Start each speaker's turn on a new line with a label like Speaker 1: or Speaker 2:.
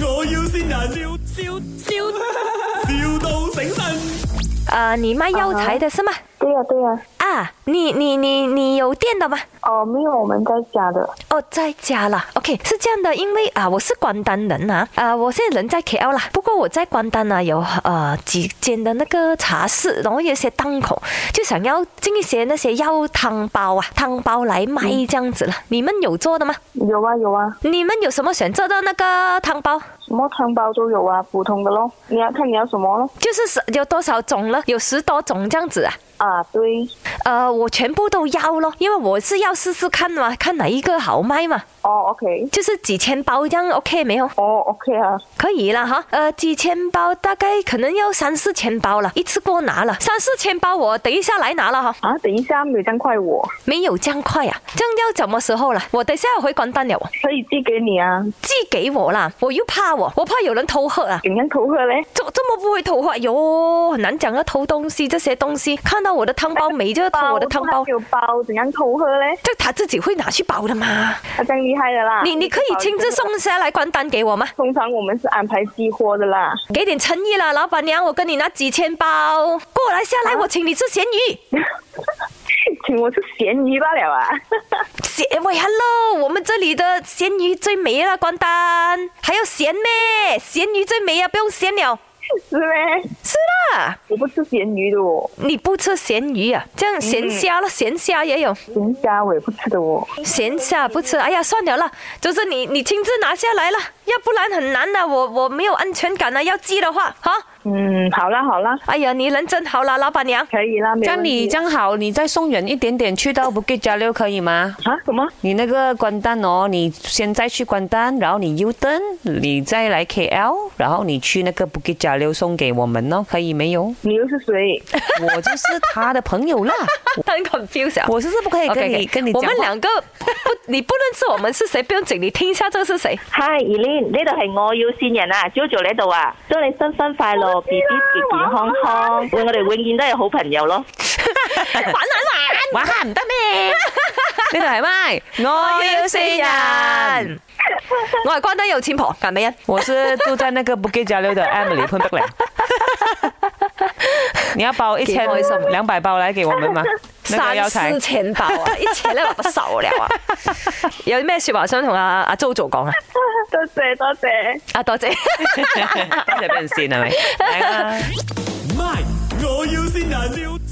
Speaker 1: 要先人，笑笑笑，,笑到醒神。
Speaker 2: 呃，你卖药材的是吗？
Speaker 3: 对呀、对呀、
Speaker 2: 啊，你你你你有店的吗？
Speaker 3: 哦，没有，我们在家的。
Speaker 2: 哦，在家啦。OK，是这样的，因为啊、我是关丹人啊，啊、我现在人在 KL 啦，不过我在关丹呢、有呃几间的那个茶室，然后有一些档口，就想要进一些那些药汤包啊，汤包来卖这样子了。你们有做的吗？
Speaker 3: 有啊有啊，
Speaker 2: 你们有什么选择的那个汤包？
Speaker 3: 什么汤包都有啊，普通的咯。你要看你要什么咯？
Speaker 2: 就是十有多少种了？有十多种这样子啊？
Speaker 3: 啊，对，
Speaker 2: 呃，我全部都要咯，因为我是要试试看嘛，看哪一个好卖嘛，
Speaker 3: 哦，OK，
Speaker 2: 就是几千包这样 OK 没有？
Speaker 3: 哦，OK 啊，
Speaker 2: 可以啦哈，呃，几千包大概可能要三四千包了，一次过拿了三四千包，我等一下来拿了哈，
Speaker 3: 啊，等一下没有这样快我，
Speaker 2: 没有这样快啊，这样要怎么时候了？我等一下要回关单了，
Speaker 3: 可以寄给你啊。
Speaker 2: 寄给我啦，我又怕我，我怕有人偷喝啊。
Speaker 3: 怎样投喝嘞？
Speaker 2: 这这么不会偷喝，哎哟，很难讲要偷东西这些东西，看到我的汤包没就要偷我的汤包，
Speaker 3: 有包，怎样投喝嘞？
Speaker 2: 这他自己会拿去包的嘛。
Speaker 3: 他这样厉害的啦。
Speaker 2: 你你可以亲自送下来关单给我吗？
Speaker 3: 通常我们是安排寄货的啦。
Speaker 2: 给点诚意啦，老板娘，我跟你拿几千包过来下来，我请你吃咸鱼。
Speaker 3: 请我吃咸鱼罢了啊！
Speaker 2: 咸喂，hello，我们这里的咸鱼最美了，关单还要咸咩？咸鱼最美啊，不用咸了。
Speaker 3: 是咩？
Speaker 2: 是啦，
Speaker 3: 我不吃咸鱼的哦，
Speaker 2: 你不吃咸鱼啊？这样咸虾了，咸虾也有，
Speaker 3: 咸虾我也不吃的哦。
Speaker 2: 咸虾不吃。哎呀，算了啦，就是你你亲自拿下来了，要不然很难的，我我没有安全感啊。要寄的话，哈，
Speaker 3: 嗯，好啦好啦，
Speaker 2: 哎呀，你人真好啦，老板娘。
Speaker 3: 可以啦，没
Speaker 4: 这
Speaker 3: 问
Speaker 4: 样你
Speaker 3: 题。
Speaker 4: 这样好，你再送远一点点去到 Bukit Jalil 可以吗？
Speaker 3: 啊什么？
Speaker 4: 你那个关丹哦，你先再去关丹，然后你 U 登，你再来 KL，然后你去那个 Bukit Jalil 送给我们哦，可以没有？
Speaker 3: 你又是 谁？
Speaker 4: 我就是他的朋友啦，
Speaker 2: 很 confused 啊。
Speaker 4: 我是不是不可以
Speaker 2: OK，OK
Speaker 4: 哎跟你跟你
Speaker 2: 我
Speaker 4: 讲话？
Speaker 2: 们两个不，你不认识我们是谁，不用紧，你听一下这是谁。
Speaker 5: Hi Elaine，呢度係我要線人啊，JoJo 呢度啊，祝你新婚快樂，B B 健健康康，喂，我哋永遠都係好朋友咯。
Speaker 2: 玩玩玩，
Speaker 4: 哇唔得咩？呢度係咪？我要先人，！
Speaker 2: 我係關得有錢婆顏美欣。
Speaker 4: 我是住在那个 Bukit Jalil 的 Emily 潘碧玲。你要包一
Speaker 2: 几
Speaker 4: 千
Speaker 2: 开心啊
Speaker 4: 两百包来给我们吗？那个
Speaker 2: 三
Speaker 4: 药材
Speaker 2: 四。千包啊， 一千咧不受了啊！有咩说話想同阿阿 JoJo 講啊？
Speaker 3: 多谢多谢。
Speaker 2: 啊，多謝。
Speaker 4: 多謝俾人扇係咪？嚟啦！
Speaker 1: My，我要先人，笑